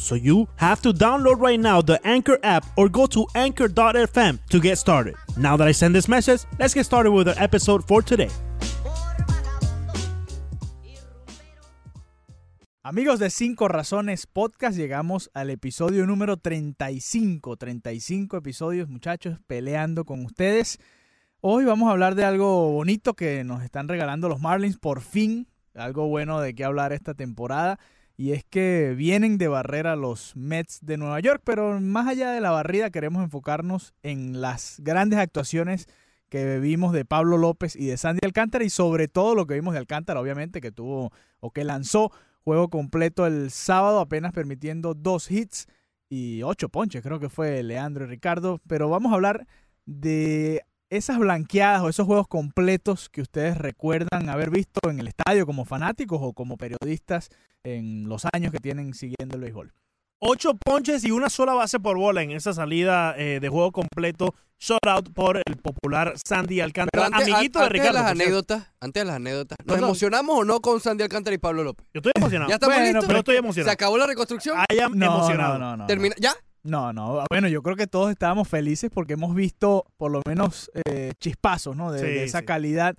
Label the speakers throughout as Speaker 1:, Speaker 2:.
Speaker 1: So you have to download right now the Anchor app or go to anchor.fm to get started. Now that I send this message, let's get started with our episode for today.
Speaker 2: Amigos de Cinco Razones Podcast, llegamos al episodio número 35. 35 episodios, muchachos, peleando con ustedes. Hoy vamos a hablar de algo bonito que nos están regalando los Marlins, por fin. Algo bueno de qué hablar esta temporada. Y es que vienen de barrera los Mets de Nueva York, pero más allá de la barrida queremos enfocarnos en las grandes actuaciones que vimos de Pablo López y de Sandy Alcántara y sobre todo lo que vimos de Alcántara, obviamente, que tuvo o que lanzó juego completo el sábado, apenas permitiendo dos hits y ocho ponches, creo que fue Leandro y Ricardo. Pero vamos a hablar de esas blanqueadas o esos juegos completos que ustedes recuerdan haber visto en el estadio como fanáticos o como periodistas en los años que tienen siguiendo el béisbol.
Speaker 1: Ocho ponches y una sola base por bola en esa salida eh, de juego completo. Shutout por el popular Sandy
Speaker 3: Pero
Speaker 1: Alcántara,
Speaker 3: antes,
Speaker 1: amiguito
Speaker 3: a-
Speaker 1: de
Speaker 3: antes
Speaker 1: Ricardo.
Speaker 3: las
Speaker 1: por cierto.
Speaker 3: anécdotas, antes de las anécdotas, ¿nos
Speaker 1: Perdón.
Speaker 3: emocionamos o no con Sandy Alcántara y Pablo López?
Speaker 1: Yo estoy emocionado.
Speaker 3: ¿Ya estamos
Speaker 2: Bueno,
Speaker 3: listos?
Speaker 1: pero estoy
Speaker 3: ¿Se
Speaker 1: emocionado.
Speaker 3: acabó la reconstrucción?
Speaker 1: I am
Speaker 2: No,
Speaker 1: emocionado.
Speaker 2: no, no, no.
Speaker 3: ¿Termina? ¿Ya?
Speaker 2: No, no. ah, Bueno, yo creo que todos estábamos felices porque hemos visto por lo menos eh, chispazos, ¿no? De,
Speaker 1: Sí,
Speaker 2: de esa
Speaker 1: sí.
Speaker 2: calidad.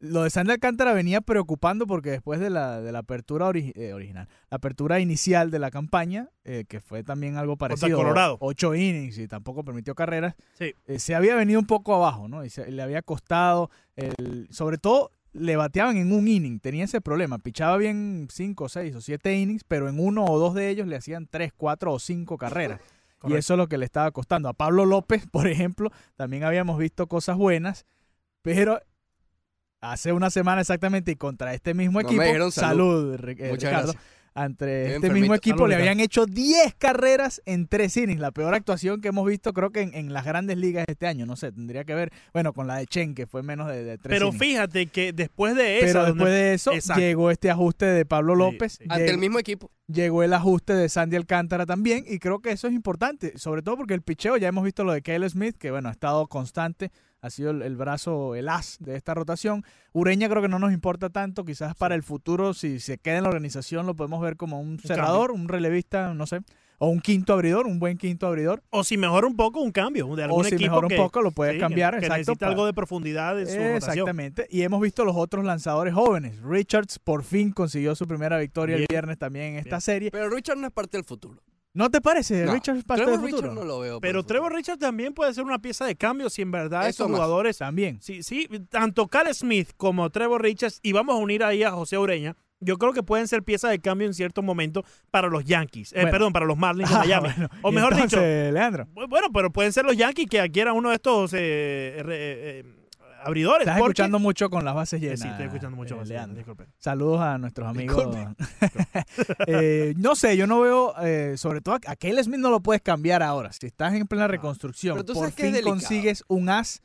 Speaker 2: Lo de Sandy Alcántara venía preocupando porque después de la, de la apertura ori- eh, original, la apertura inicial de la campaña, eh, que fue también algo parecido,
Speaker 1: Colorado.
Speaker 2: ocho innings y tampoco permitió carreras,
Speaker 1: Sí.
Speaker 2: eh, se había venido un poco abajo, ¿no? Y se- le había costado, el- sobre todo le bateaban en un inning, tenía ese problema, pichaba bien cinco, seis o siete innings, pero en uno o dos de ellos le hacían tres, cuatro o cinco carreras. Y
Speaker 1: Correcto.
Speaker 2: eso es lo que le estaba costando. A Pablo López, por ejemplo, también habíamos visto cosas buenas, pero hace una semana exactamente y contra este mismo
Speaker 3: No
Speaker 2: equipo,
Speaker 3: me dijeron
Speaker 2: salud, Ri- eh,
Speaker 3: Muchas
Speaker 2: Ricardo,
Speaker 3: gracias.
Speaker 2: entre
Speaker 3: Estoy
Speaker 2: este mismo
Speaker 3: enfermito.
Speaker 2: equipo
Speaker 1: Salud,
Speaker 2: le habían hecho 10 carreras en 3 innings, la peor actuación que hemos visto creo que en, en las grandes ligas este año, no sé, tendría que ver, bueno, con la de Chen, que fue menos de, de 3
Speaker 1: Pero
Speaker 2: innings.
Speaker 1: fíjate que después de esa,
Speaker 2: Pero
Speaker 1: donde-
Speaker 2: después de eso
Speaker 1: Exacto.
Speaker 2: llegó este ajuste de Pablo
Speaker 1: Sí,
Speaker 2: López.
Speaker 1: sí.
Speaker 3: Ante
Speaker 2: llegó-
Speaker 3: el mismo equipo.
Speaker 2: llegó el ajuste de Sandy Alcántara también y creo que eso es importante, sobre todo porque el picheo, ya hemos visto lo de Kyle Smith, que bueno, ha estado constante, ha sido el, el brazo, el as de esta rotación. Ureña creo que no nos importa tanto, quizás para el futuro, si se queda en la organización, lo podemos ver como un cerrador, un relevista, no sé, o un quinto abridor, un buen quinto abridor,
Speaker 1: o si mejora un poco, un cambio de algún
Speaker 2: o si
Speaker 1: equipo
Speaker 2: mejora
Speaker 1: que,
Speaker 2: un poco lo puede
Speaker 1: sí, que-
Speaker 2: cambiar,
Speaker 1: que
Speaker 2: exacto.
Speaker 1: necesita
Speaker 2: para-
Speaker 1: algo de profundidad en su rotación.
Speaker 2: Exactamente. Y hemos visto los otros lanzadores jóvenes. Richards por fin consiguió su primera victoria
Speaker 1: Bien.
Speaker 2: el viernes también en esta
Speaker 1: Bien.
Speaker 2: serie.
Speaker 3: Pero Richard no es parte del futuro.
Speaker 2: ¿No te parece?
Speaker 3: No.
Speaker 2: Richards es parte
Speaker 3: Trevor
Speaker 2: del futuro.
Speaker 3: Richard no lo veo. para
Speaker 1: Pero
Speaker 3: el futuro.
Speaker 1: Trevor Richard también puede ser una pieza de cambio si en verdad
Speaker 3: Eso
Speaker 1: esos
Speaker 3: más.
Speaker 1: jugadores.
Speaker 2: También.
Speaker 1: Sí, sí, tanto Cal Smith como Trevor Richards, y vamos a unir ahí a José Ureña. Yo creo que pueden ser piezas de cambio en cierto momento para los Yankees. Eh,
Speaker 2: Bueno.
Speaker 1: Perdón, para los Marlins de
Speaker 2: Ah,
Speaker 1: Miami.
Speaker 2: bueno.
Speaker 1: O
Speaker 2: Y
Speaker 1: mejor
Speaker 2: entonces, Leandro,
Speaker 1: Bu- Bueno, pero pueden ser los Yankees que adquieran uno de estos eh, re- eh, abridores.
Speaker 2: estás
Speaker 1: porque-
Speaker 2: escuchando mucho con las bases
Speaker 1: Eh,
Speaker 2: llenas.
Speaker 1: Sí, estoy escuchando mucho.
Speaker 2: eh,
Speaker 1: más,
Speaker 2: Leandro.
Speaker 1: disculpe.
Speaker 2: Saludos a nuestros amigos. Eh, no sé, yo no veo, eh, sobre todo a Kyle Smith no lo puedes cambiar ahora. Si estás en plena reconstrucción,
Speaker 3: Pero tú
Speaker 2: por
Speaker 3: sabes que es
Speaker 2: fin
Speaker 3: delicado.
Speaker 2: consigues un as.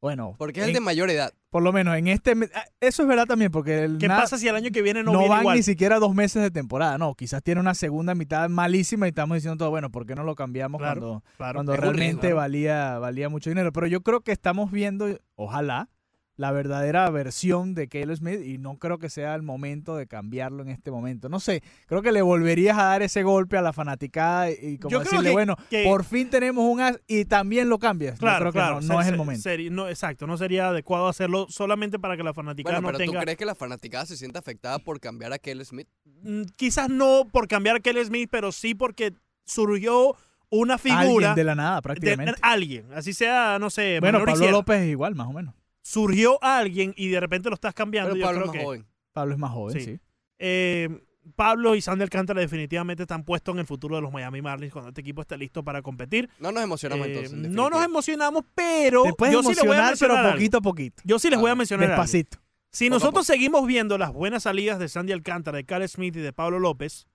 Speaker 2: Bueno,
Speaker 3: Porque es el
Speaker 2: en-
Speaker 3: de mayor edad.
Speaker 2: por lo menos en este. me- ah, Eso es verdad también, porque el
Speaker 1: ¿Qué
Speaker 2: nada-
Speaker 1: pasa si el año que viene no,
Speaker 2: no
Speaker 1: viene
Speaker 2: van
Speaker 1: igual?
Speaker 2: ni siquiera dos meses de temporada. No, quizás tiene una segunda mitad malísima y estamos diciendo todo, bueno, ¿por qué no lo cambiamos
Speaker 1: Claro.
Speaker 2: cuando
Speaker 1: Claro.
Speaker 2: cuando
Speaker 3: es un riesgo,
Speaker 2: realmente
Speaker 3: ¿no?
Speaker 2: valía, valía mucho dinero. Pero yo creo que estamos viendo, ojalá, la verdadera versión de Caleb Smith y no creo que sea el momento de cambiarlo en este momento. No sé, creo que le volverías a dar ese golpe a la fanaticada y- y como
Speaker 1: Yo creo
Speaker 2: decirle,
Speaker 1: que-
Speaker 2: bueno,
Speaker 1: que-
Speaker 2: por fin tenemos un as y también lo cambias. Yo
Speaker 1: Claro,
Speaker 2: creo que
Speaker 1: claro.
Speaker 2: no, no
Speaker 1: Se-
Speaker 2: es el
Speaker 1: se-
Speaker 2: momento.
Speaker 1: seri- no, exacto, no sería adecuado hacerlo solamente para que la fanaticada
Speaker 3: Bueno,
Speaker 1: no
Speaker 3: pero
Speaker 1: tenga.
Speaker 3: ¿tú crees que la fanaticada se siente afectada por cambiar a Kelly Smith?
Speaker 1: Mm, Quizás no por cambiar a Kelly Smith, pero sí porque surgió una figura
Speaker 2: Alguien de la nada,
Speaker 1: de,
Speaker 2: prácticamente.
Speaker 1: alguien. Así sea, no sé,
Speaker 2: bueno,
Speaker 1: Manuel
Speaker 2: Pablo
Speaker 1: Uxiel.
Speaker 2: López es igual, más o menos.
Speaker 1: Surgió alguien y de repente lo estás cambiando.
Speaker 3: Pero
Speaker 1: yo
Speaker 3: Pablo es
Speaker 1: creo
Speaker 3: más
Speaker 1: que
Speaker 3: joven.
Speaker 2: Pablo es más joven,
Speaker 1: Sí.
Speaker 2: sí.
Speaker 1: Eh, Pablo y Sandy Alcántara definitivamente están puestos en el futuro de los Miami Marlins cuando este equipo esté listo para competir.
Speaker 3: No nos emocionamos
Speaker 1: Eh,
Speaker 3: entonces. en
Speaker 1: no nos
Speaker 3: definitiva.
Speaker 1: emocionamos, pero
Speaker 2: Te puedes
Speaker 1: yo sí les voy a
Speaker 2: emocionar, pero
Speaker 1: mencionar algo.
Speaker 2: poquito a poquito.
Speaker 1: Yo sí les
Speaker 3: A
Speaker 1: voy a
Speaker 3: ver,
Speaker 1: mencionar algo.
Speaker 2: Despacito.
Speaker 1: Si
Speaker 3: Poco a
Speaker 1: nosotros seguimos viendo las buenas salidas de Sandy Alcántara, de Cal Smith y de Pablo López,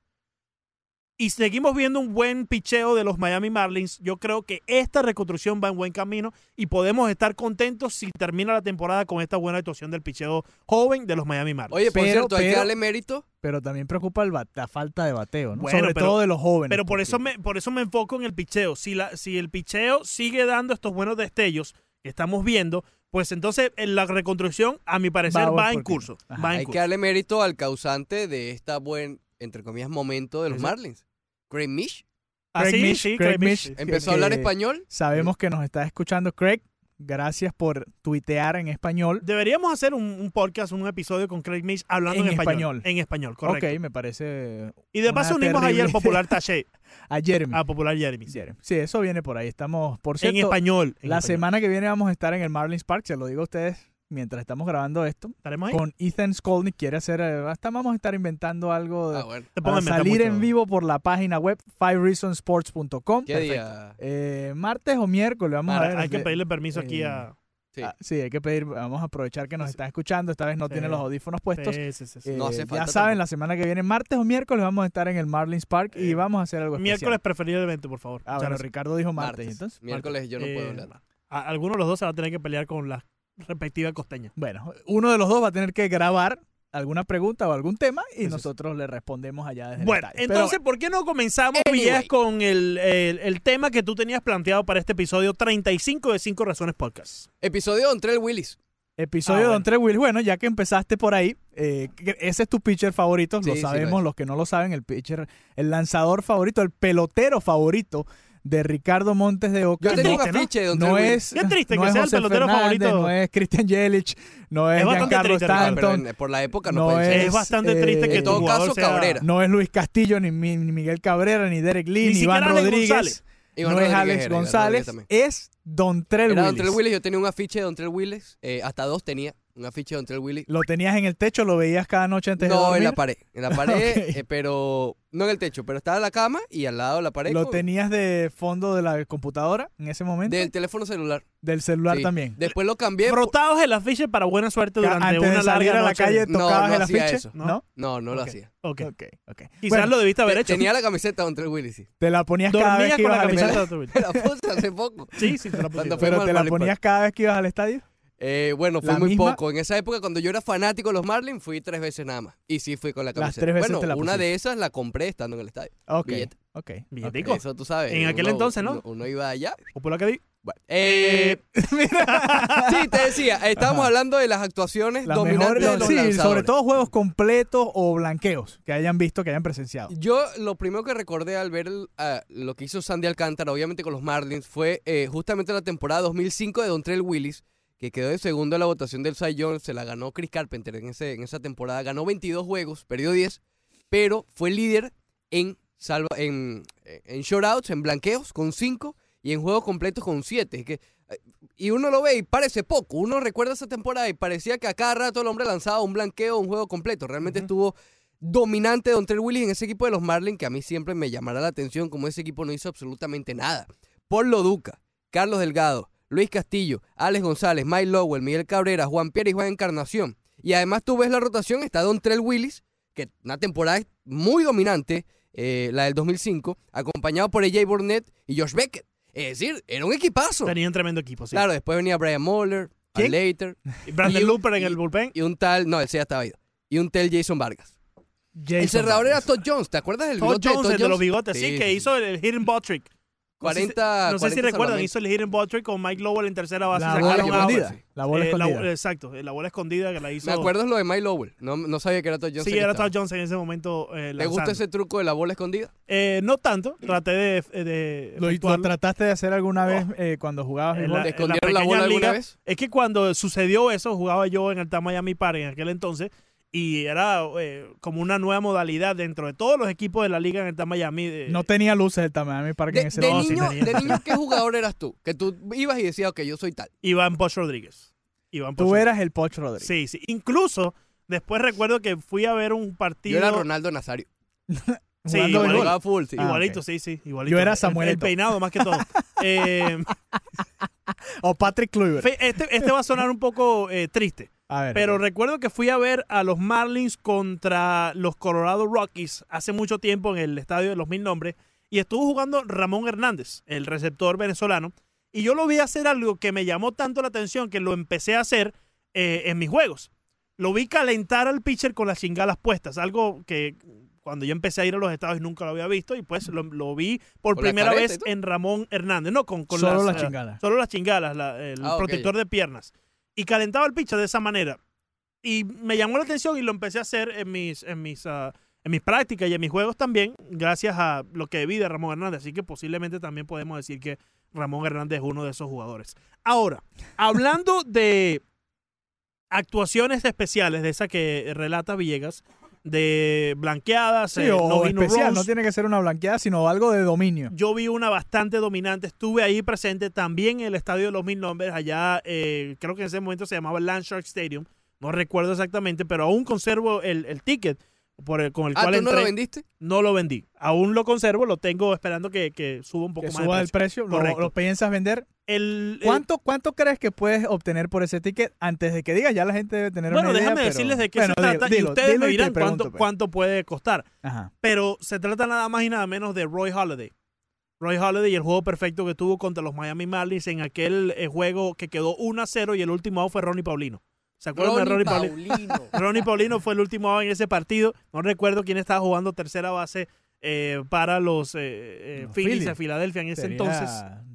Speaker 1: y seguimos viendo un buen picheo de los Miami Marlins, yo creo que esta reconstrucción va en buen camino y podemos estar contentos si termina la temporada con esta buena actuación del picheo joven de los Miami Marlins.
Speaker 3: Oye, por
Speaker 2: Pero-
Speaker 3: cierto, hay que
Speaker 2: pero-
Speaker 3: darle mérito.
Speaker 2: Pero también preocupa el bat- la falta de bateo, ¿no?
Speaker 1: Bueno,
Speaker 2: Sobre
Speaker 1: pero-
Speaker 2: todo de los jóvenes.
Speaker 1: Pero por
Speaker 2: porque-
Speaker 1: eso me, por eso me enfoco en el picheo. Si, la, si el picheo sigue dando estos buenos destellos que estamos viendo, pues entonces en la reconstrucción, a mi parecer,
Speaker 2: Vamos
Speaker 1: va, en
Speaker 2: por ti.
Speaker 1: curso.
Speaker 2: Ajá.
Speaker 1: Va en
Speaker 3: Hay que
Speaker 1: curso.
Speaker 3: darle mérito al causante de esta buen, entre comillas, momento de los
Speaker 1: Ese-
Speaker 3: Marlins. Craig Mish
Speaker 1: Ah,
Speaker 2: Craig
Speaker 1: sí,
Speaker 2: Mish,
Speaker 1: sí,
Speaker 2: Craig
Speaker 1: Craig Mish,
Speaker 2: Mish.
Speaker 1: sí.
Speaker 3: empezó
Speaker 2: que-
Speaker 3: a hablar español.
Speaker 2: Sabemos que nos está escuchando Craig. Gracias por tuitear en español.
Speaker 1: Deberíamos hacer un, un podcast, un episodio con Craig Mish hablando en,
Speaker 2: En
Speaker 1: español.
Speaker 2: español.
Speaker 1: En español, correcto.
Speaker 2: Ok, me parece.
Speaker 1: Y de
Speaker 2: Una
Speaker 1: paso unimos
Speaker 2: terrible
Speaker 1: ayer al popular Taché,
Speaker 2: A Jeremy.
Speaker 1: a popular Jeremy.
Speaker 2: Jeremy. Sí, eso viene por ahí. Estamos, por
Speaker 1: Ah, en
Speaker 2: cierto,
Speaker 1: español. en
Speaker 2: la
Speaker 1: español.
Speaker 2: semana que viene vamos a estar en el Marlins Park. Se lo digo a ustedes mientras estamos grabando esto.
Speaker 1: ¿Estaremos ahí?
Speaker 2: Con Ethan Skolnick quiere hacer. eh, Hasta vamos a estar inventando algo de,
Speaker 3: Ah, bueno.
Speaker 1: Te pongo
Speaker 2: para
Speaker 1: en meta
Speaker 2: salir
Speaker 1: mucho.
Speaker 2: en vivo por la página web fivereasonsports.com.
Speaker 3: ¿Qué
Speaker 1: Perfecto.
Speaker 3: día?
Speaker 2: Eh, martes o miércoles, vamos
Speaker 1: Ahora,
Speaker 2: a ver.
Speaker 1: hay que
Speaker 2: de-
Speaker 1: pedirle permiso aquí
Speaker 2: eh,
Speaker 1: a...
Speaker 3: Sí.
Speaker 2: Ah, sí, hay que pedir, vamos a aprovechar que nos
Speaker 1: Sí.
Speaker 2: están escuchando, esta vez no
Speaker 1: Sí.
Speaker 2: tienen los audífonos puestos.
Speaker 1: Sí, sí, sí, sí.
Speaker 2: Eh,
Speaker 3: No hace
Speaker 2: ya
Speaker 3: falta
Speaker 2: saben,
Speaker 3: tampoco.
Speaker 2: la semana que viene, martes o miércoles, vamos a estar en el Marlins Park y
Speaker 1: Eh,
Speaker 2: vamos a hacer algo especial.
Speaker 1: Miércoles preferiblemente, por favor.
Speaker 2: Ah,
Speaker 1: Muchas
Speaker 2: bueno,
Speaker 1: gracias.
Speaker 2: Ricardo dijo martes,
Speaker 3: Martes.
Speaker 2: entonces.
Speaker 3: Miércoles yo no
Speaker 1: Eh,
Speaker 3: puedo hablar.
Speaker 1: a- alguno de los dos se va a tener que pelear con la respectiva costeña.
Speaker 2: Bueno, uno de los dos va a tener que grabar alguna pregunta o algún tema y
Speaker 1: Sí, sí,
Speaker 2: nosotros le respondemos allá desde
Speaker 1: Bueno,
Speaker 2: el detalle. Pero
Speaker 1: entonces, ¿por qué no comenzamos,
Speaker 3: Anyway.
Speaker 1: Villegas, con el, el- el tema que tú tenías planteado para este episodio 35 de 5 Razones Podcast?
Speaker 3: Episodio entre el Willis.
Speaker 2: Episodio
Speaker 1: Ah,
Speaker 2: de
Speaker 1: bueno.
Speaker 2: Don Tre Willis. Bueno, ya que empezaste por ahí, eh, que- ese es tu pitcher favorito,
Speaker 3: Sí,
Speaker 2: lo
Speaker 3: sí, lo
Speaker 2: sabemos,
Speaker 3: es.
Speaker 2: los que no lo saben, el pitcher, el lanzador favorito, el pelotero favorito de Ricardo Montes de Oca.
Speaker 3: Yo
Speaker 1: Qué
Speaker 3: tengo un
Speaker 1: triste, ¿no?
Speaker 3: afiche de Don
Speaker 2: No
Speaker 3: Trey
Speaker 2: es,
Speaker 1: Qué triste
Speaker 2: no
Speaker 1: que
Speaker 2: es
Speaker 1: sea el
Speaker 2: José
Speaker 1: pelotero
Speaker 2: Fernández,
Speaker 1: favorito.
Speaker 2: No es Christian Jelic, no es,
Speaker 1: Es bastante
Speaker 2: Giancarlo
Speaker 1: triste, Ricardo,
Speaker 3: Willis. Ah, pero
Speaker 2: Stanton,
Speaker 3: en- por la época no,
Speaker 2: no
Speaker 3: puede
Speaker 1: Es,
Speaker 2: es,
Speaker 3: ser.
Speaker 1: bastante
Speaker 2: eh,
Speaker 1: triste que
Speaker 2: en
Speaker 1: tu
Speaker 3: todo
Speaker 1: jugador
Speaker 3: caso,
Speaker 1: sea-
Speaker 3: Cabrera.
Speaker 2: no es Luis Castillo, ni, mi- ni Miguel Cabrera, ni Derek Lee,
Speaker 1: Ni
Speaker 2: ni,
Speaker 1: siquiera
Speaker 2: Iván
Speaker 1: Alex
Speaker 2: Rodríguez,
Speaker 1: González.
Speaker 3: Iván
Speaker 2: no es
Speaker 3: Rodríguez
Speaker 2: Alex
Speaker 3: era, Iván
Speaker 2: González,
Speaker 3: Rodríguez también.
Speaker 2: es Don Trell
Speaker 3: Era Don Trell
Speaker 2: Willis.
Speaker 3: Willis, yo tenía un afiche de Don Trell Willis. eh, hasta dos tenía un afiche de Don Trell Willis.
Speaker 2: Lo tenías en el techo, lo veías cada noche antes de
Speaker 3: No, en
Speaker 2: dormir.
Speaker 3: la pared. En la pared,
Speaker 2: Ok.
Speaker 3: eh, pero no en el techo, pero estaba en la cama y al lado de la pared
Speaker 2: Lo
Speaker 3: con-
Speaker 2: tenías de fondo de la computadora en ese momento.
Speaker 3: del teléfono celular.
Speaker 2: del celular
Speaker 3: Sí.
Speaker 2: también.
Speaker 3: Después lo cambié. por-
Speaker 1: Frotados el afiche para buena suerte durante
Speaker 2: Antes
Speaker 1: una
Speaker 2: de salir
Speaker 1: larga
Speaker 2: a la
Speaker 1: noche.
Speaker 2: calle
Speaker 3: No,
Speaker 2: tocabas
Speaker 3: no
Speaker 2: el
Speaker 3: hacía
Speaker 2: afiche.
Speaker 3: eso.
Speaker 2: ¿no,
Speaker 3: No, no lo
Speaker 1: Ok.
Speaker 3: hacía.
Speaker 1: Ok.
Speaker 2: Ok, ok.
Speaker 1: Quizás
Speaker 2: Bueno,
Speaker 1: lo debiste haber
Speaker 3: Te-
Speaker 1: hecho.
Speaker 3: Tenía la camiseta de Don Trell Willis, sí.
Speaker 2: te la ponías cada vez
Speaker 1: Dormías
Speaker 2: que
Speaker 1: con
Speaker 2: ibas
Speaker 1: la
Speaker 2: al
Speaker 1: camiseta
Speaker 2: estadio.
Speaker 1: de tu-
Speaker 3: Me la puse hace poco.
Speaker 1: Sí, sí, te la pusiste.
Speaker 3: Cuando fue-
Speaker 2: Pero
Speaker 3: al
Speaker 2: te la
Speaker 3: Marlins Park.
Speaker 2: ponías cada vez que ibas al estadio.
Speaker 3: Eh, bueno, fue
Speaker 2: La
Speaker 3: muy
Speaker 2: misma-
Speaker 3: poco. En esa época, cuando yo era fanático de los Marlins, fui tres veces nada más. Y sí fui con la
Speaker 2: Las
Speaker 3: camiseta.
Speaker 2: tres veces
Speaker 3: bueno,
Speaker 2: te la
Speaker 3: una
Speaker 2: pusiste.
Speaker 3: de esas la compré estando en el estadio.
Speaker 2: Ok.
Speaker 3: Billete.
Speaker 2: Ok.
Speaker 1: Billetico.
Speaker 2: ok.
Speaker 3: Eso tú sabes.
Speaker 1: En aquel
Speaker 3: uno-
Speaker 1: entonces, ¿no?
Speaker 3: Uno, uno iba allá.
Speaker 1: O por la que di-
Speaker 3: Bueno, eh, sí, te decía, estábamos
Speaker 2: Ajá.
Speaker 3: hablando de las actuaciones
Speaker 2: Las
Speaker 3: dominantes
Speaker 2: mejores-
Speaker 3: de los
Speaker 2: sí,
Speaker 3: lanzadores.
Speaker 2: sobre todo juegos completos o blanqueos que hayan visto, que hayan presenciado.
Speaker 3: Yo lo primero que recordé al ver el- a lo que hizo Sandy Alcántara, obviamente con los Marlins, fue eh, justamente la temporada 2005 de Don Trell Willis, que quedó de segundo en la votación del Cy Young, se la ganó Chris Carpenter en, ese, en esa temporada, ganó 22 juegos, perdió 10, pero fue líder en, salva, en, eh, en shortouts, en blanqueos con 5 y en juegos completos con 7. Que, eh, y uno lo ve y parece poco, uno recuerda esa temporada y parecía que a cada rato el hombre lanzaba un blanqueo, un juego completo, realmente
Speaker 1: Ujú.
Speaker 3: estuvo dominante Don Trell Willis en ese equipo de los Marlins que a mí siempre me llamará la atención como ese equipo no hizo absolutamente nada. Paul Loduca, Carlos Delgado, Luis Castillo, Alex González, Mike Lowell, Miguel Cabrera, Juan Pierre y Juan Encarnación. Y además tú ves la rotación, está Don Trell Willis, que una temporada muy dominante, eh, la del 2005, acompañado por AJ Burnett y Josh Beckett. Es decir, era un equipazo.
Speaker 1: Tenían tremendo equipo, sí.
Speaker 3: Claro, después venía Brian Muller, Al
Speaker 2: ¿Quién?
Speaker 3: Leiter,
Speaker 1: Y Brandon
Speaker 3: Y-
Speaker 1: Looper en
Speaker 3: y-
Speaker 1: el bullpen.
Speaker 3: y un tal, no, él sí ya estaba ido, y un tal Jason Vargas. El
Speaker 2: Jason
Speaker 3: cerrador era
Speaker 2: Vargas.
Speaker 3: Todd Jones, ¿te acuerdas del
Speaker 1: Todd
Speaker 3: bigote
Speaker 1: Jones,
Speaker 3: de Todd
Speaker 1: el de los
Speaker 3: Jones?
Speaker 1: bigotes, sí,
Speaker 3: Sí,
Speaker 1: que
Speaker 3: sí.
Speaker 1: hizo el el hidden ball trick. No sé si- No
Speaker 3: 40
Speaker 1: sé si
Speaker 3: 40
Speaker 1: recuerdan,
Speaker 3: solamente.
Speaker 1: hizo el hidden ball trick con Mike Lowell en tercera base.
Speaker 2: La bola
Speaker 1: sacaron
Speaker 3: que
Speaker 1: out.
Speaker 3: mandí.
Speaker 2: escondida. La bola
Speaker 1: Eh, la-
Speaker 2: escondida.
Speaker 1: exacto, eh, la bola escondida que la hizo.
Speaker 3: Me acuerdo es lo de Mike Lowell. No, no sabía que era Todd Jones.
Speaker 1: Sí,
Speaker 3: el que
Speaker 1: era
Speaker 3: estaba.
Speaker 1: Todd Jones en ese momento. eh,
Speaker 3: ¿Te gusta
Speaker 1: lanzando.
Speaker 3: ese truco de la bola escondida?
Speaker 1: Eh, no tanto, traté de. eh, de
Speaker 2: Lo, lo
Speaker 1: efectuarlo.
Speaker 2: trataste de hacer alguna vez eh, cuando jugabas
Speaker 1: En
Speaker 2: béisbol?
Speaker 1: la-
Speaker 3: ¿Te escondieron la,
Speaker 1: pequeña
Speaker 3: bola
Speaker 1: liga-
Speaker 3: alguna vez?
Speaker 1: Es que cuando sucedió eso, jugaba yo en Alta Miami Park en aquel entonces y era eh, como una nueva modalidad dentro de todos los equipos de la liga en Alta Miami. eh,
Speaker 2: No tenía luces el Miami Park
Speaker 3: De,
Speaker 2: en ese
Speaker 3: de
Speaker 1: No,
Speaker 2: momento.
Speaker 1: sí
Speaker 3: niño,
Speaker 1: tenía.
Speaker 3: de niño, ¿qué jugador eras tú? Que tú ibas y decías, ok, yo soy tal.
Speaker 1: Iván Poch Rodríguez. Iván Poch
Speaker 2: Tú eras el Poch Rodríguez.
Speaker 1: Sí, sí. Incluso después recuerdo que fui a ver un partido.
Speaker 3: Yo era Ronaldo Nazario.
Speaker 1: Sí,
Speaker 2: jugando
Speaker 1: igualito.
Speaker 2: béisbol.
Speaker 3: Jugaba full, sí.
Speaker 2: Ah,
Speaker 1: Igualito,
Speaker 2: ok.
Speaker 1: sí, sí. Igualito.
Speaker 2: Yo era
Speaker 1: El-
Speaker 2: Samuel
Speaker 1: El,
Speaker 2: Eto'o.
Speaker 1: peinado, más que todo. Eh,
Speaker 2: O Patrick Kluivert.
Speaker 1: fe- este, este va a sonar un poco eh, triste.
Speaker 2: A ver.
Speaker 1: Pero recuerdo que fui a ver a los Marlins contra los Colorado Rockies hace mucho tiempo en el estadio de los mil nombres y estuvo jugando Ramón Hernández, el receptor venezolano, y yo lo vi hacer algo que me llamó tanto la atención que lo empecé a hacer eh, en mis juegos. Lo vi calentar al pitcher con las chingalas puestas, algo que cuando yo empecé a ir a los estados nunca lo había visto y pues lo, lo vi por
Speaker 3: ¿Con la
Speaker 1: primera
Speaker 3: careta y
Speaker 1: vez
Speaker 3: todo?
Speaker 1: en Ramón Hernández, no con, con
Speaker 2: solo las
Speaker 1: eh,
Speaker 2: chingadas.
Speaker 1: Solo las chingalas, la- el
Speaker 3: Ah, ok.
Speaker 1: protector de piernas. Y calentaba el pitcher de esa manera. Y me llamó la atención y lo empecé a hacer en mis, en mis, ah, en mis prácticas y en mis juegos también, gracias a lo que vi de Ramón Hernández. Así que posiblemente también podemos decir que Ramón Hernández es uno de esos jugadores. Ahora, hablando de actuaciones especiales, de esa que relata Villegas, de blanqueadas,
Speaker 2: Sí,
Speaker 1: eh,
Speaker 2: o
Speaker 1: no vino
Speaker 2: especial, no
Speaker 1: Rose,
Speaker 2: tiene que ser una blanqueada, sino algo de dominio.
Speaker 1: yo vi una bastante dominante. Estuve ahí presente también en el estadio de los mil nombres, allá, eh, creo que en ese momento se llamaba Landshark Stadium. No recuerdo exactamente, pero aún conservo el, el ticket por el- con el
Speaker 3: Ah,
Speaker 1: cual
Speaker 3: ¿tú no lo
Speaker 1: entré.
Speaker 3: vendiste?
Speaker 1: No lo vendí. Aún lo conservo, lo tengo esperando que, que suba un poco
Speaker 2: Que
Speaker 1: más. de
Speaker 2: suba el
Speaker 1: precio.
Speaker 2: precio, lo-
Speaker 1: Correcto.
Speaker 2: lo, piensas vender.
Speaker 1: El- eh,
Speaker 2: ¿Cuánto, ¿Cuánto crees que puedes obtener por ese ticket antes de que digas? Ya la gente debe tener
Speaker 1: bueno,
Speaker 2: una idea.
Speaker 1: déjame
Speaker 2: pero-
Speaker 1: decirles de qué
Speaker 2: Bueno,
Speaker 1: se
Speaker 2: dilo,
Speaker 1: trata y
Speaker 2: dilo,
Speaker 1: ustedes
Speaker 2: dilo
Speaker 1: me
Speaker 2: y te
Speaker 1: dirán
Speaker 2: pregunto,
Speaker 1: cuánto,
Speaker 2: pues.
Speaker 1: cuánto puede costar.
Speaker 2: Ajá.
Speaker 1: Pero se trata nada más y nada menos de Roy Holiday. Roy Holiday y el juego perfecto que tuvo contra los Miami Marlins en aquel eh, juego que quedó 1 a 0 y el último out fue Ronnie Paulino. ¿Se acuerdan de Ronnie Paulino?
Speaker 3: Paulino.
Speaker 1: Ronnie Paulino fue el último out en ese partido. No recuerdo quién estaba jugando tercera base eh, para los, eh, eh,
Speaker 2: Los
Speaker 1: Phillies de
Speaker 2: Phillies.
Speaker 1: Filadelfia en ese
Speaker 2: Sería
Speaker 1: entonces.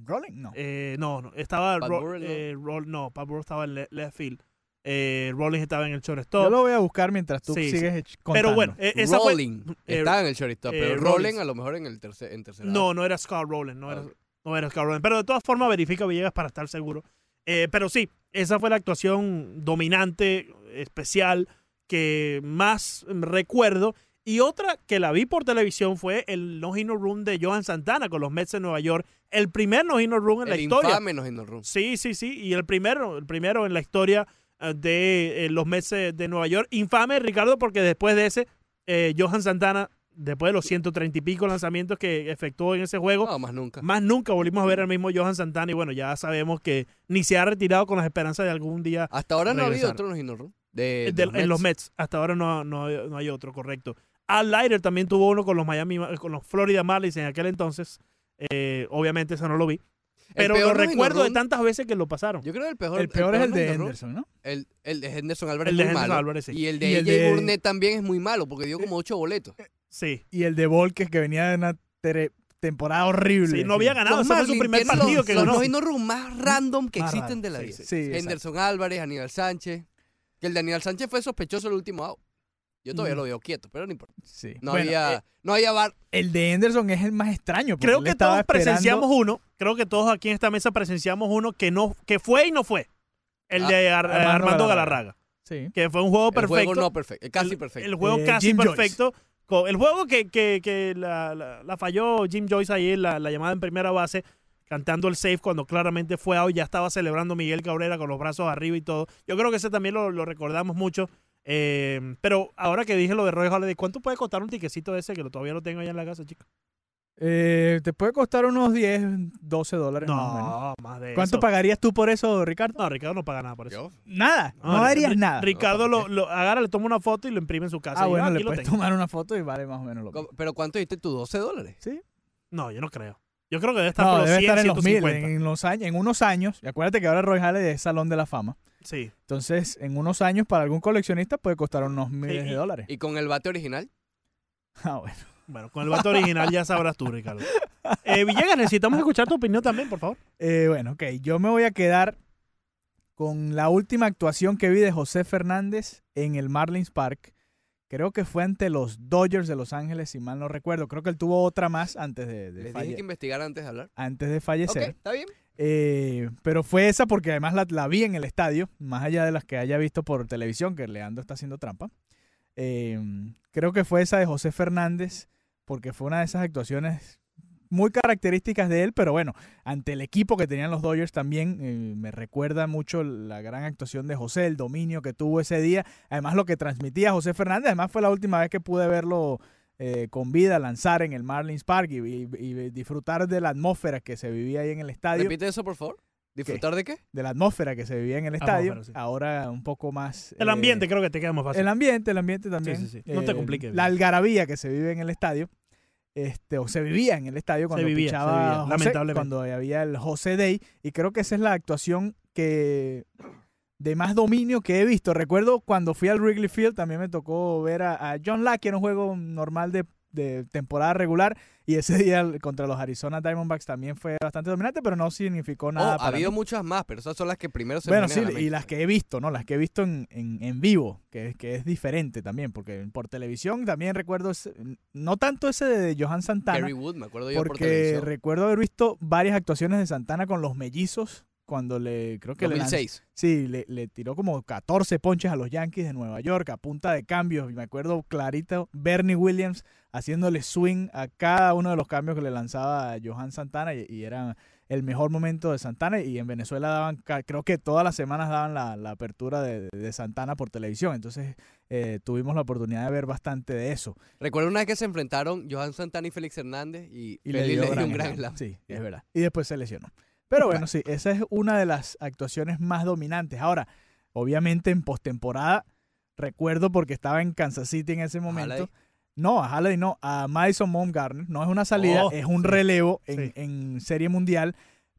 Speaker 2: Rolling, no.
Speaker 1: Eh, no, no, estaba
Speaker 3: Pat
Speaker 1: Ro-
Speaker 3: Burrell, ¿no?
Speaker 1: eh, Roll- no, Pat Burrell estaba en le- left field. Eh, Rollins estaba en el
Speaker 2: Yo
Speaker 1: shortstop.
Speaker 2: lo voy a buscar mientras tú
Speaker 1: Sí, sí.
Speaker 2: sigues ech- contando.
Speaker 1: Pero bueno, eh, esa fue,
Speaker 3: Rolling.
Speaker 1: eh,
Speaker 3: Estaba en el shortstop,
Speaker 1: eh,
Speaker 3: pero
Speaker 1: Rollins.
Speaker 3: Rolling a lo mejor en el tercer, en tercera.
Speaker 1: No, no era Scott Rowland, no
Speaker 3: Ah,
Speaker 1: era,
Speaker 3: ok.
Speaker 1: no era Scott Rowland. Pero de todas formas verifica Villegas para estar seguro. Eh, pero sí, esa fue la actuación dominante, especial, que más mm, recuerdo. Y otra que la vi por televisión fue el No Hino Room de Johan Santana con los Mets de Nueva York. El primer No Hino Room en la
Speaker 3: el
Speaker 1: historia.
Speaker 3: infame nos ignoró.
Speaker 1: Sí, sí, sí. Y el primero, el primero en la historia eh, de eh, los Mets eh, de Nueva York. Infame, Ricardo, porque después de ese, eh, Johan Santana, después de los 130 y pico lanzamientos que efectuó en ese juego,
Speaker 3: No, más nunca.
Speaker 1: más nunca volvimos a ver al mismo Johan Santana. Y bueno, ya sabemos que ni se ha retirado con las esperanzas de algún día
Speaker 3: Hasta ahora no ha habido
Speaker 1: regresar.
Speaker 3: otro nos ignoró. Eh, De, de
Speaker 1: de- en los
Speaker 3: Mets.
Speaker 1: Mets. Hasta ahora no, no, hay- no hay otro, correcto. Al Lighter también tuvo uno con los Miami, eh, con los Florida Marlins en aquel entonces. Eh, obviamente, eso no lo vi.
Speaker 3: El
Speaker 1: Pero lo
Speaker 3: peor nos
Speaker 1: recuerdo de
Speaker 3: ignoró-
Speaker 1: tantas veces que lo pasaron.
Speaker 3: Yo creo que el peor,
Speaker 2: el peor es el
Speaker 3: nos
Speaker 2: de
Speaker 3: ignoró.
Speaker 2: Henderson, ¿no?
Speaker 3: El, el de Henderson Álvarez
Speaker 1: el
Speaker 3: este
Speaker 1: de
Speaker 3: es muy
Speaker 1: Henderson
Speaker 3: malo.
Speaker 1: Álvarez, sí.
Speaker 3: Y el de
Speaker 2: Y el
Speaker 3: AJ
Speaker 2: de-
Speaker 3: Burnett también es muy malo porque dio como ocho boletos.
Speaker 1: Sí.
Speaker 2: Y el de Volquez que venía de una tere- temporada horrible.
Speaker 1: Sí, no había ganado.
Speaker 3: Los
Speaker 1: Ese fue su
Speaker 3: Marlins
Speaker 1: primer
Speaker 3: tienen
Speaker 1: partido
Speaker 3: los-
Speaker 1: que
Speaker 3: los
Speaker 1: ganó.
Speaker 3: Los Noinorru más random que
Speaker 1: Más raro,
Speaker 3: existen de la
Speaker 1: sí,
Speaker 3: vida.
Speaker 1: sí.
Speaker 2: Sí, exacto.
Speaker 3: Henderson Álvarez, Aníbal Sánchez. Que el de Aníbal Sánchez fue sospechoso el último out. Yo todavía
Speaker 2: Mm.
Speaker 3: lo veo quieto, pero no importa.
Speaker 2: Sí.
Speaker 3: No
Speaker 2: Bueno,
Speaker 3: había,
Speaker 2: eh,
Speaker 3: no había bar.
Speaker 2: el de Henderson es el más extraño. porque
Speaker 1: Creo
Speaker 2: él
Speaker 1: que
Speaker 2: estaba
Speaker 1: todos presenciamos
Speaker 2: esperando-
Speaker 1: uno. Creo que todos aquí en esta mesa presenciamos uno que no que fue y no fue. El
Speaker 3: Ah,
Speaker 1: de Ar-
Speaker 2: Armando
Speaker 1: Armando
Speaker 2: Galarraga.
Speaker 1: Galarraga.
Speaker 2: Sí.
Speaker 1: Que fue un juego
Speaker 3: El
Speaker 1: perfecto.
Speaker 3: juego no perfecto, el casi
Speaker 1: El-
Speaker 3: perfecto.
Speaker 1: El, juego
Speaker 2: Eh,
Speaker 1: casi
Speaker 2: Jim Joyce.
Speaker 1: perfecto. co- El juego que, que- que la, la- la falló Jim Joyce ahí, la, la llamada en primera base, cantando el safe cuando claramente fue out. Ya estaba celebrando Miguel Cabrera con los brazos arriba y todo. Yo creo que ese también lo, lo recordamos mucho. Eh, pero ahora que dije lo de Roy Holiday, ¿cuánto puede costar un tiquecito de ese que lo, todavía lo tengo allá en la casa, chico?
Speaker 2: Eh, te puede costar unos 10, 12 dólares. más o menos.
Speaker 1: No, más de
Speaker 2: ¿Cuánto
Speaker 1: eso.
Speaker 2: pagarías tú por eso, Ricardo?
Speaker 1: No, Ricardo no paga nada por eso.
Speaker 3: Yo,
Speaker 2: Nada.
Speaker 1: Ri-
Speaker 2: Ah, No darías
Speaker 1: Ri-
Speaker 2: nada.
Speaker 1: Ricardo
Speaker 3: No,
Speaker 1: lo,
Speaker 3: ¿por
Speaker 1: lo agarra, le toma una foto y lo imprime en su casa.
Speaker 2: Ah,
Speaker 1: y,
Speaker 2: bueno,
Speaker 1: aquí
Speaker 2: le
Speaker 1: lo
Speaker 2: puedes
Speaker 1: tengo.
Speaker 2: tomar una foto y vale más o menos lo mismo.
Speaker 3: ¿cómo- ¿Pero cuánto diste tú? ¿12 dólares?
Speaker 1: No, yo no creo. Yo creo que debe estar
Speaker 2: No,
Speaker 1: por los
Speaker 2: debe
Speaker 1: 100,
Speaker 2: estar en los mil,
Speaker 1: 150.
Speaker 2: en, los años, en unos años. Y acuérdate que ahora Roy Halle es Salón de la Fama.
Speaker 1: Sí.
Speaker 2: Entonces, en unos años, para algún coleccionista puede costar unos miles
Speaker 1: y-
Speaker 2: de dólares.
Speaker 3: ¿Y con el bate original?
Speaker 2: Ah, bueno.
Speaker 1: Bueno, con el vato original ya sabrás tú, Ricardo. Eh, Villegas, necesitamos escuchar tu opinión también, por favor.
Speaker 2: Eh, bueno, ok. Yo me voy a quedar con la última actuación que vi de José Fernández en el Marlins Park. Creo que fue ante los Dodgers de Los Ángeles, si mal no recuerdo. Creo que él tuvo otra más antes de, de
Speaker 3: Les
Speaker 2: falle-
Speaker 3: dije que investigar antes de hablar.
Speaker 2: antes de
Speaker 3: Ok,
Speaker 2: fallecer.
Speaker 3: está bien.
Speaker 2: Eh, pero fue esa porque además la, la vi en el estadio, más allá de las que haya visto por televisión, que Leandro está haciendo trampa. Eh, creo que fue esa de José Fernández, porque fue una de esas actuaciones muy características de él, pero bueno, ante el equipo que tenían los Dodgers también, eh, me recuerda mucho la gran actuación de José, el dominio que tuvo ese día, además lo que transmitía José Fernández, además fue la última vez que pude verlo eh, con vida lanzar en el Marlins Park y, y- y disfrutar de la atmósfera que se vivía ahí en el estadio.
Speaker 3: Repite eso, por favor. ¿Disfrutar de qué?
Speaker 2: de la atmósfera que se vivía en el estadio,
Speaker 1: Atmósfera, sí.
Speaker 2: ahora un poco más...
Speaker 1: El
Speaker 2: eh,
Speaker 1: ambiente creo que te queda más fácil.
Speaker 2: El ambiente, el ambiente también. Eh,
Speaker 1: sí, sí. No te compliques.
Speaker 2: La algarabía que se vive en el estadio, este, o se vivía en el estadio cuando
Speaker 1: vivía, se
Speaker 2: pichaba
Speaker 1: vivía,
Speaker 2: José,
Speaker 1: lamentablemente.
Speaker 2: cuando había el José Day, y creo que esa es la actuación que de más dominio que he visto. Recuerdo cuando fui al Wrigley Field, también me tocó ver a, a John Lackey en un juego normal de, de temporada regular, y ese día el- contra los Arizona Diamondbacks también fue bastante dominante, pero no significó
Speaker 3: Oh,
Speaker 2: nada.
Speaker 3: ha
Speaker 2: para mí.
Speaker 3: habido muchas más, pero esas son las que primero se me
Speaker 2: Bueno, sí,
Speaker 3: vienen a la
Speaker 2: y
Speaker 3: mente.
Speaker 2: las que he visto, ¿no? Las que he visto en, en, en vivo, que, es- que es diferente también, porque por televisión también recuerdo, ese- no tanto ese de Johan Santana,
Speaker 3: Kerry Wood, me acuerdo yo por
Speaker 2: porque
Speaker 3: televisión.
Speaker 2: recuerdo haber visto varias actuaciones de Santana con los mellizos, cuando le, creo que le, lanzó-
Speaker 3: 2006.
Speaker 2: sí, le, le tiró como 14 ponches a los Yankees de Nueva York a punta de cambios, y me acuerdo clarito Bernie Williams haciéndole swing a cada uno de los cambios que le lanzaba a Johan Santana, y, y era el mejor momento de Santana y en Venezuela daban, ca- creo que todas las semanas daban la, la apertura de, de Santana por televisión, entonces eh, tuvimos la oportunidad de ver bastante de eso.
Speaker 3: Recuerdo una vez que se enfrentaron Johan Santana y Félix Hernández y,
Speaker 2: Y
Speaker 3: Félix
Speaker 2: dio
Speaker 3: le dio un gran
Speaker 2: slam.
Speaker 3: slam.
Speaker 2: Sí, es verdad. Y después se lesionó. Pero bueno, sí, esa es una de las actuaciones más dominantes. Ahora, obviamente en postemporada, recuerdo porque estaba en Kansas City en ese momento.
Speaker 3: Halladay.
Speaker 2: No, a Halladay no, a Madison Baumgartner. No es una salida,
Speaker 1: Oh,
Speaker 2: es un
Speaker 1: sí.
Speaker 2: relevo en,
Speaker 1: Sí.
Speaker 2: en Serie Mundial,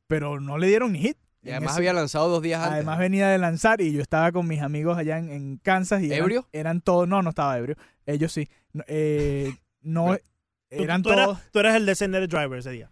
Speaker 2: pero no le dieron ni hit.
Speaker 3: Y
Speaker 2: En
Speaker 3: además
Speaker 2: ese-
Speaker 3: había lanzado dos días antes.
Speaker 2: Además venía de lanzar y yo estaba con mis amigos allá en, en Kansas y eran-
Speaker 3: ¿Ebrio?
Speaker 2: Eran, todos, no, no estaba ebrio, ellos sí, no, eh, no,
Speaker 1: Tú-
Speaker 2: eran
Speaker 1: tú,
Speaker 2: todos,
Speaker 1: eras, tú eras el designated driver ese día.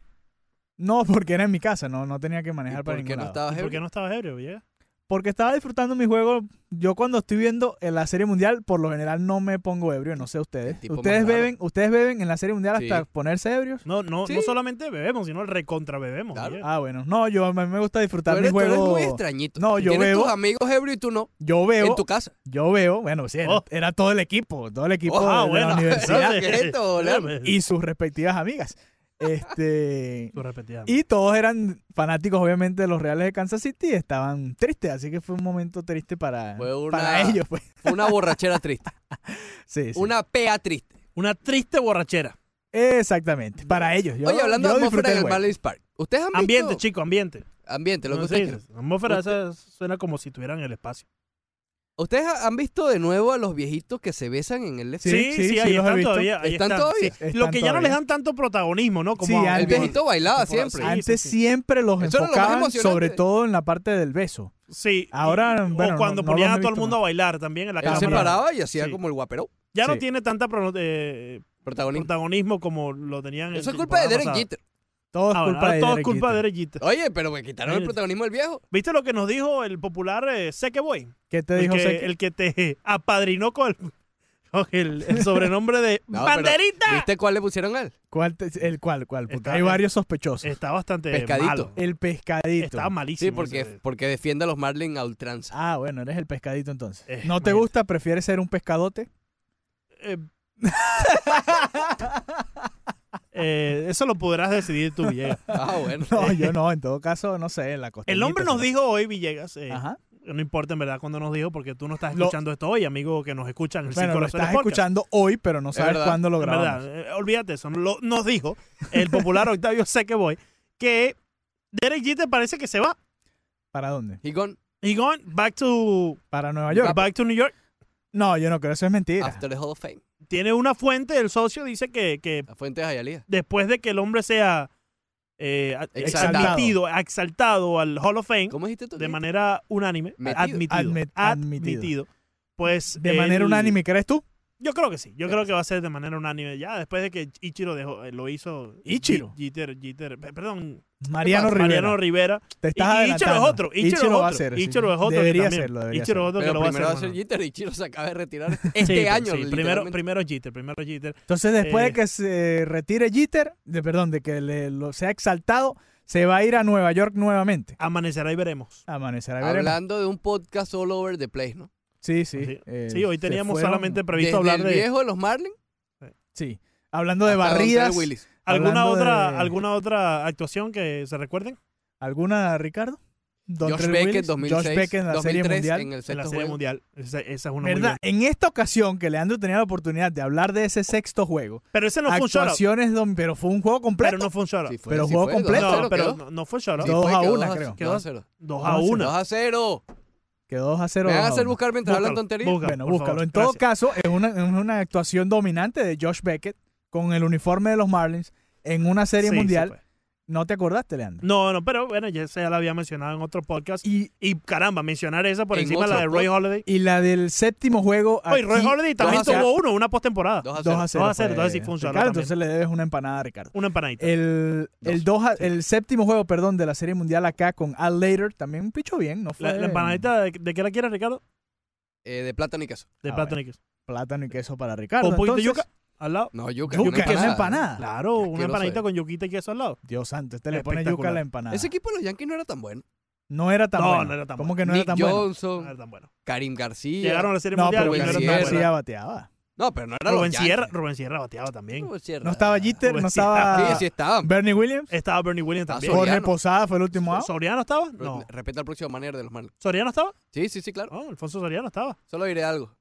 Speaker 2: no, porque era en mi casa, no, no tenía que
Speaker 3: ¿Y
Speaker 2: manejar para
Speaker 3: ¿Por
Speaker 2: ningún
Speaker 3: qué no
Speaker 2: lado.
Speaker 3: estabas
Speaker 1: ¿Y ¿Por qué
Speaker 3: ebrio?
Speaker 1: no estabas ebrio, Villegas?
Speaker 2: Porque estaba disfrutando mi juego, yo cuando estoy viendo en la Serie Mundial, por lo general no me pongo ebrio, no sé ustedes,
Speaker 3: El tipo más
Speaker 2: ustedes
Speaker 3: raro.
Speaker 2: beben, ustedes beben en la Serie Mundial
Speaker 3: Sí.
Speaker 2: hasta ponerse ebrios.
Speaker 1: No, no,
Speaker 3: Sí.
Speaker 1: no solamente bebemos, sino recontra bebemos.
Speaker 3: Claro.
Speaker 1: Villegas.
Speaker 2: Ah, bueno, no, yo a mí me gusta
Speaker 3: Tú
Speaker 2: disfrutar mi
Speaker 3: eres, tú eres
Speaker 2: juego.
Speaker 3: muy extrañito.
Speaker 2: No,
Speaker 3: Tú
Speaker 2: yo
Speaker 3: Tienes
Speaker 2: veo-
Speaker 3: tus amigos ebrio y tú no.
Speaker 2: Yo veo,
Speaker 3: En tu casa.
Speaker 2: yo veo, bueno, sí, era,
Speaker 1: Oh.
Speaker 2: era todo el equipo, todo el equipo
Speaker 3: Oh,
Speaker 2: de- de
Speaker 3: ah,
Speaker 2: la
Speaker 3: bueno.
Speaker 2: universidad.
Speaker 3: ¿Qué es esto, Leandro?
Speaker 2: y sus respectivas amigas. Este,
Speaker 1: Tú repetías.
Speaker 2: y todos eran fanáticos, obviamente, de los Reales de Kansas City y estaban tristes, así que fue un momento triste para,
Speaker 3: Fue una-
Speaker 2: para ellos. pues.
Speaker 3: Fue Una borrachera triste.
Speaker 2: Sí, sí.
Speaker 3: Una pea triste.
Speaker 1: Una triste borrachera.
Speaker 2: Exactamente, para ellos. Yo-
Speaker 3: Oye, hablando
Speaker 2: yo
Speaker 3: de atmósfera
Speaker 2: disfruté
Speaker 3: en
Speaker 2: el
Speaker 3: el
Speaker 2: juego.
Speaker 3: Marlins Park. ¿Ustedes han
Speaker 1: Ambiente,
Speaker 3: visto?
Speaker 1: chico, ambiente.
Speaker 3: Ambiente, lo que
Speaker 1: No,
Speaker 3: ustedes
Speaker 1: sí, la atmósfera
Speaker 3: Usted-
Speaker 1: esa suena como si estuvieran en el espacio.
Speaker 3: ¿Ustedes ha- han visto de nuevo a los viejitos que se besan en el
Speaker 2: Sí,
Speaker 1: Sí,
Speaker 3: escenario?
Speaker 1: sí,
Speaker 2: sí,
Speaker 1: ahí
Speaker 2: los he
Speaker 1: están
Speaker 2: visto.
Speaker 1: todavía. ahí
Speaker 3: ¿Están
Speaker 1: están,
Speaker 3: todavía?
Speaker 1: sí.
Speaker 2: Están
Speaker 1: Lo que ya no
Speaker 2: todavía.
Speaker 1: les dan tanto protagonismo, ¿no? Como
Speaker 2: Sí,
Speaker 1: a-
Speaker 2: al
Speaker 3: El
Speaker 2: Sí.
Speaker 3: viejito bailaba
Speaker 1: Temporada-
Speaker 3: siempre.
Speaker 1: Sí,
Speaker 2: Antes
Speaker 1: sí, sí.
Speaker 2: siempre los
Speaker 3: Eso era lo más
Speaker 2: enfocaban,
Speaker 3: emocionante.
Speaker 2: sobre todo en la parte del beso.
Speaker 1: Sí.
Speaker 2: Ahora,
Speaker 1: Y-
Speaker 2: bueno,
Speaker 1: o cuando
Speaker 2: no- no
Speaker 1: ponían
Speaker 2: los
Speaker 1: a
Speaker 2: he
Speaker 1: todo el
Speaker 2: visto
Speaker 1: mundo a bailar también en la
Speaker 3: Él se
Speaker 1: cámara.
Speaker 3: paraba y hacía
Speaker 1: Sí.
Speaker 3: como el guapero.
Speaker 1: Ya no
Speaker 2: Sí.
Speaker 1: tiene tanta pro- eh,
Speaker 3: Protagonista.
Speaker 1: protagonismo como lo tenían en
Speaker 3: Eso es
Speaker 1: el
Speaker 3: culpa de
Speaker 1: programa
Speaker 3: Derek
Speaker 1: pasado.
Speaker 3: Jeter.
Speaker 2: Todo es
Speaker 1: Ahora,
Speaker 2: culpa
Speaker 1: ahora
Speaker 2: de
Speaker 1: todo es
Speaker 2: Derek
Speaker 1: culpa de
Speaker 2: Jeter.
Speaker 1: Derek Jeter.
Speaker 3: Oye, pero me quitaron el
Speaker 1: Imagínate.
Speaker 3: protagonismo del viejo.
Speaker 1: ¿Viste lo que nos dijo el popular eh, Seque Boy?
Speaker 2: ¿Qué te
Speaker 1: el,
Speaker 2: dijo
Speaker 1: que,
Speaker 2: Seque?
Speaker 1: el que te apadrinó con el, con el- el sobrenombre de
Speaker 3: No, pero-
Speaker 1: ¡Banderita!
Speaker 3: ¿Viste cuál le pusieron a él?
Speaker 2: ¿Cuál te- el cual, cual, porque
Speaker 1: Está-
Speaker 2: hay varios sospechosos.
Speaker 1: Está bastante
Speaker 3: Pescadito.
Speaker 1: malo.
Speaker 2: el pescadito.
Speaker 1: Está malísimo.
Speaker 3: Sí, porque,
Speaker 1: ese.
Speaker 3: porque defiende a los Marlins a ultranza.
Speaker 2: Ah, bueno, eres el pescadito entonces.
Speaker 1: Eh,
Speaker 2: ¿No te
Speaker 1: imagínate.
Speaker 2: gusta? ¿Prefieres ser un pescadote?
Speaker 1: Eh, eh, eso lo podrás decidir tú, Villegas.
Speaker 3: Ah, bueno.
Speaker 2: No, yo no, en todo caso, no sé, la costa.
Speaker 1: El hombre nos dijo hoy, Villegas, eh,
Speaker 2: Ajá.
Speaker 1: no importa en verdad cuando nos dijo, porque tú no estás
Speaker 2: Lo-
Speaker 1: escuchando esto hoy, amigo que nos escuchan. El
Speaker 2: Bueno,
Speaker 1: Cinco
Speaker 2: lo
Speaker 1: Razones
Speaker 2: estás
Speaker 1: Podcast.
Speaker 2: escuchando hoy, pero no sabes
Speaker 3: verdad,
Speaker 2: cuándo lo
Speaker 1: En
Speaker 2: grabamos.
Speaker 1: verdad, eh, olvídate eso. Lo- nos dijo el popular Octavio Seque Boy que Derek Jeter parece que se va.
Speaker 2: ¿Para dónde?
Speaker 3: He gone
Speaker 1: He gone back to
Speaker 2: ¿Para Nueva York?
Speaker 1: back to New York.
Speaker 2: No, yo no creo, eso es mentira.
Speaker 3: after the Hall of Fame.
Speaker 1: Tiene una fuente, el socio dice que, que
Speaker 3: La fuente de Jayalía.
Speaker 1: después de que el hombre sea eh, a-
Speaker 3: Exaltado.
Speaker 1: admitido, exaltado al Hall of Fame
Speaker 3: ¿Cómo dijiste tú?
Speaker 1: de manera unánime,
Speaker 3: Metido.
Speaker 1: admitido,
Speaker 2: Admit- admitido.
Speaker 1: admitido, pues
Speaker 2: De
Speaker 1: él-
Speaker 2: manera unánime, ¿crees tú?
Speaker 1: Yo creo que sí. Yo creo que va a ser de manera unánime ya después de que Ichiro dejó, eh, lo hizo.
Speaker 2: Ichiro.
Speaker 1: J- Jeter, Jeter, pe- perdón,
Speaker 2: Mariano
Speaker 1: Mariano
Speaker 2: Rivera.
Speaker 1: Rivera. Y,
Speaker 2: Te
Speaker 1: y
Speaker 2: estás
Speaker 1: Ichiro es
Speaker 2: adelantando.
Speaker 1: otro. Ichiro, es
Speaker 2: Ichiro
Speaker 1: otro.
Speaker 2: va a ser. sí.
Speaker 1: Ichiro es otro. que
Speaker 2: Debería
Speaker 1: también-
Speaker 2: serlo, debería
Speaker 1: Ichiro es otro
Speaker 3: Pero
Speaker 1: que lo va a hacer.
Speaker 3: primero va a ser
Speaker 1: hermano.
Speaker 3: Jeter y Chiro se acaba de retirar
Speaker 1: Sí,
Speaker 3: este
Speaker 1: pero
Speaker 3: año.
Speaker 1: sí, primero,
Speaker 3: literalmente.
Speaker 1: primero Jeter, primero Jeter.
Speaker 2: Entonces, después
Speaker 1: Eh.
Speaker 2: de que se retire Jeter, de, perdón, de que le, lo sea exaltado, se va a ir a Nueva York nuevamente.
Speaker 1: Amanecerá y veremos.
Speaker 2: Amanecerá, veremos.
Speaker 3: Hablando de un podcast all over the place, ¿no?
Speaker 2: Sí, sí.
Speaker 1: Sí.
Speaker 2: eh,
Speaker 1: Sí, hoy
Speaker 2: se
Speaker 1: teníamos
Speaker 2: fueron-
Speaker 1: solamente previsto
Speaker 3: Desde
Speaker 1: hablar
Speaker 3: el
Speaker 1: de
Speaker 3: viejo de los Marlins
Speaker 2: Sí. Hablando de
Speaker 3: hasta Don Terry
Speaker 2: barridas.
Speaker 3: Willis.
Speaker 1: alguna
Speaker 2: hablando
Speaker 1: otra
Speaker 2: de-
Speaker 1: alguna otra actuación que se recuerden.
Speaker 2: ¿Alguna, Ricardo? Don
Speaker 3: Josh
Speaker 2: Trell
Speaker 3: Beckett,
Speaker 2: Willis,
Speaker 3: 2006,
Speaker 2: Josh Beckett en la Serie
Speaker 3: 2003
Speaker 2: Mundial.
Speaker 3: en
Speaker 1: en
Speaker 3: el
Speaker 1: la
Speaker 3: sexto
Speaker 1: Serie
Speaker 3: juego.
Speaker 1: Mundial. Esa, esa es una muy
Speaker 2: ¿Verdad?
Speaker 1: buena.
Speaker 2: En esta ocasión que Leandro tenía la oportunidad de hablar de ese sexto juego,
Speaker 1: Pero ese no fue un shutout.
Speaker 2: actuaciones don- pero fue un juego completo.
Speaker 1: Pero no fue un shutout.
Speaker 3: Sí fue,
Speaker 2: Pero
Speaker 3: sí
Speaker 2: jugó
Speaker 3: fue,
Speaker 2: completo.
Speaker 3: 2 a
Speaker 1: no,
Speaker 3: 0
Speaker 1: pero
Speaker 3: quedó.
Speaker 1: no, no fue shutout.
Speaker 3: Sí
Speaker 2: Dos
Speaker 3: fue,
Speaker 2: a
Speaker 3: quedó
Speaker 2: una,
Speaker 3: dos a-
Speaker 2: creo.
Speaker 3: quedó dos a cero.
Speaker 1: Dos
Speaker 2: Dos
Speaker 1: a
Speaker 2: a
Speaker 1: una.
Speaker 3: 2 a 0.
Speaker 2: Quedó 2 a 0.
Speaker 3: Me van a hacer buscar mientras hablan tonterías.
Speaker 1: Búscalo,
Speaker 2: Bueno,
Speaker 1: por
Speaker 2: búscalo.
Speaker 1: favor.
Speaker 2: en todo
Speaker 1: Gracias.
Speaker 2: caso, es una, es una actuación dominante de Josh Beckett con el uniforme de los Marlins en una serie
Speaker 1: Sí, sí
Speaker 2: mundial.
Speaker 1: fue.
Speaker 2: no te acordaste, Leandro.
Speaker 1: No, no, pero bueno, ya se la había mencionado en otro podcast.
Speaker 2: Y,
Speaker 1: Y caramba, mencionar esa por
Speaker 3: En
Speaker 1: encima de la de
Speaker 3: otro
Speaker 1: Roy Holiday.
Speaker 2: y la del séptimo juego.
Speaker 1: Oye, Roy
Speaker 2: aquí,
Speaker 1: Holiday también
Speaker 3: dos a cero.
Speaker 1: tuvo uno, una postemporada.
Speaker 3: 2 a
Speaker 2: 2 a
Speaker 3: 0.
Speaker 2: 0.
Speaker 1: Dos a cero, entonces sí fue un solo también.
Speaker 2: entonces le debes una empanada a Ricardo.
Speaker 1: Una empanadita.
Speaker 2: El, el, dos a- el séptimo juego, perdón, de la serie mundial acá con Al Later, también un picho bien, ¿no? Fue
Speaker 1: la, la empanadita, de, de qué la quieres, Ricardo?
Speaker 3: Eh, de plátano y queso.
Speaker 1: De
Speaker 2: Ah,
Speaker 1: plátano y queso.
Speaker 2: Plátano y queso para Ricardo.
Speaker 1: Con un poquito de
Speaker 2: Ah, Entonces,
Speaker 1: yuca al lado.
Speaker 3: No, yuca.
Speaker 2: Yuca,
Speaker 3: una
Speaker 2: que es una empanada.
Speaker 1: Claro, una
Speaker 3: Asqueroso
Speaker 1: empanadita
Speaker 3: es.
Speaker 1: con yuquita y queso al lado.
Speaker 2: Dios santo, este le pone yuca a la
Speaker 1: Espectacular.
Speaker 2: empanada.
Speaker 3: Ese equipo de los Yankees no era tan bueno.
Speaker 2: no era tan
Speaker 1: No,
Speaker 2: bueno.
Speaker 1: no era tan
Speaker 2: ¿Cómo
Speaker 1: bueno.
Speaker 2: que no
Speaker 3: Nick
Speaker 2: era tan bueno?
Speaker 1: No
Speaker 3: Johnson,
Speaker 1: era tan Ah, bueno.
Speaker 3: Karim García.
Speaker 1: Llegaron a la serie
Speaker 2: No,
Speaker 1: mundial.
Speaker 2: pero
Speaker 1: y no era
Speaker 3: Rubén
Speaker 1: tan
Speaker 2: García,
Speaker 1: bueno.
Speaker 2: García bateaba.
Speaker 3: No, pero no era
Speaker 1: Rubén
Speaker 3: los
Speaker 1: Sierra,
Speaker 3: Yankees.
Speaker 1: Rubén Sierra bateaba también.
Speaker 3: Rubén Sierra.
Speaker 2: No estaba Jeter, no
Speaker 1: Rubén
Speaker 2: estaba
Speaker 3: Sí, sí estaban.
Speaker 2: Bernie Williams.
Speaker 1: Estaba Bernie Williams
Speaker 3: Ah,
Speaker 1: también.
Speaker 3: Soriano.
Speaker 2: Jorge Posada fue el último out.
Speaker 1: ¿Soriano estaba?
Speaker 3: Pero
Speaker 1: No.
Speaker 3: Respeta el próximo manera de los Marlins.
Speaker 1: ¿Soriano estaba?
Speaker 3: Sí, sí, sí, claro.
Speaker 1: No, Alfonso Soriano estaba.
Speaker 3: Solo diré algo.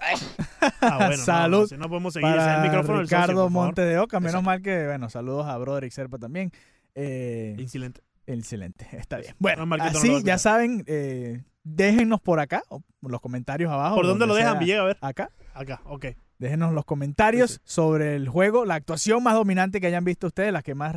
Speaker 1: Ah, bueno. no,
Speaker 2: Salud
Speaker 1: No, si no podemos seguir. ese es
Speaker 2: para
Speaker 1: el micrófono del socio,
Speaker 2: Ricardo
Speaker 1: por favor.
Speaker 2: Monte de Oca. Menos
Speaker 3: Exacto.
Speaker 2: mal que, bueno, saludos a Broderick Serpa también. Eh,
Speaker 1: Insilente.
Speaker 2: excelente, está bien.
Speaker 1: No,
Speaker 2: Bueno,
Speaker 1: Marquito, no lo
Speaker 2: así
Speaker 1: va a
Speaker 2: ya
Speaker 1: escuchar.
Speaker 2: saben, eh, déjennos por acá, o por los comentarios abajo.
Speaker 1: ¿Por dónde lo
Speaker 2: donde
Speaker 1: dejan,
Speaker 2: sea,
Speaker 1: Villegas? A ver.
Speaker 2: Acá.
Speaker 1: Acá, ok.
Speaker 2: Déjenos los comentarios sobre el juego, la actuación más dominante que hayan visto ustedes, las que más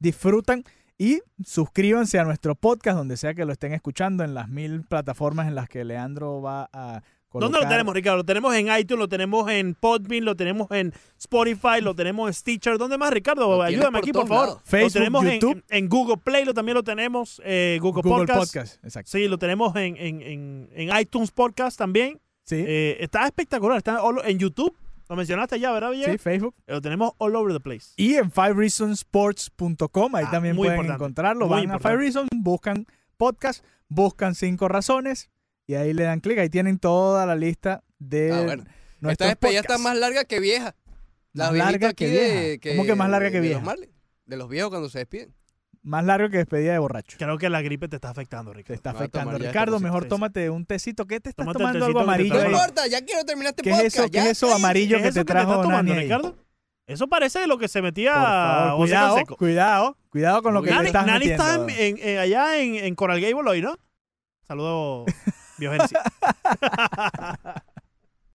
Speaker 2: disfrutan. Y suscríbanse a nuestro podcast, donde sea que lo estén escuchando, en las mil plataformas en las que Leandro va a colocar.
Speaker 1: ¿Dónde lo tenemos, Ricardo? Lo tenemos en iTunes, lo tenemos en Podbean, lo tenemos en Spotify, lo tenemos en Stitcher. ¿Dónde más, Ricardo?
Speaker 2: Oh,
Speaker 3: Lo tienes
Speaker 1: Ayúdame
Speaker 3: por
Speaker 1: aquí, por
Speaker 3: todos
Speaker 1: favor.
Speaker 3: lados.
Speaker 2: Facebook,
Speaker 1: lo tenemos en-
Speaker 2: YouTube.
Speaker 1: En, en Google Play, lo también lo tenemos, eh, Google,
Speaker 2: Google
Speaker 1: Podcast.
Speaker 2: Podcast, exacto.
Speaker 1: Sí, lo tenemos en, en- en- en iTunes Podcast también.
Speaker 2: Sí,
Speaker 1: Eh, está espectacular. Está all- en YouTube. Lo mencionaste ya, ¿verdad, Villegas?
Speaker 2: sí, Facebook.
Speaker 1: Eh, Lo tenemos all over the place.
Speaker 2: Y en fivereasonsports.com, ahí
Speaker 1: Ah,
Speaker 2: también
Speaker 1: muy
Speaker 2: pueden
Speaker 1: importante,
Speaker 2: encontrarlo.
Speaker 1: muy
Speaker 2: Van a
Speaker 1: importante.
Speaker 2: Five Reasons, buscan podcast, buscan cinco razones y ahí le dan clic. Ahí tienen toda la lista de
Speaker 3: Ah, bueno. Esta
Speaker 2: Eh, nuestros
Speaker 1: pues,
Speaker 3: despedida está
Speaker 2: podcasts.
Speaker 3: más larga que vieja. La
Speaker 2: Más
Speaker 3: viejita
Speaker 2: larga
Speaker 3: aquí
Speaker 2: que
Speaker 3: de-
Speaker 2: vieja. ¿Cómo que más larga que
Speaker 3: de
Speaker 2: vieja?
Speaker 3: los Marlins. De los viejos cuando se despiden.
Speaker 2: Más largo que despedida de borracho.
Speaker 1: Creo que la gripe te está afectando,
Speaker 2: Te
Speaker 1: Ricardo.
Speaker 2: está
Speaker 3: Me voy a
Speaker 2: afectando.
Speaker 3: tomar ya este
Speaker 2: Ricardo,
Speaker 3: tecito,
Speaker 2: mejor
Speaker 1: sí, sí.
Speaker 2: tómate un tecito. ¿Qué te estás
Speaker 1: Tómate el
Speaker 2: tomando? Algo
Speaker 1: tecito que te
Speaker 2: amarillo.
Speaker 3: No
Speaker 1: traigo.
Speaker 2: ahí?
Speaker 3: importa, ya quiero terminar este
Speaker 2: ¿Qué es
Speaker 3: podcast.
Speaker 2: eso? ¿Qué
Speaker 3: ya
Speaker 2: es eso
Speaker 3: estoy-
Speaker 2: amarillo
Speaker 1: ¿Qué
Speaker 2: que
Speaker 1: es
Speaker 2: te
Speaker 1: eso que te
Speaker 2: trajo
Speaker 1: está tomando,
Speaker 2: Nani ahí?
Speaker 1: Ricardo? Eso parece de lo que se metía
Speaker 2: Por favor,
Speaker 1: José
Speaker 2: cuidado,
Speaker 1: Canseco.
Speaker 2: cuidado, cuidado con lo que
Speaker 1: Nani,
Speaker 2: te estás
Speaker 1: Nani
Speaker 2: metiendo.
Speaker 1: está en- en- en- allá en, en Coral Gable hoy, ¿no? Saludos, Biogénesis.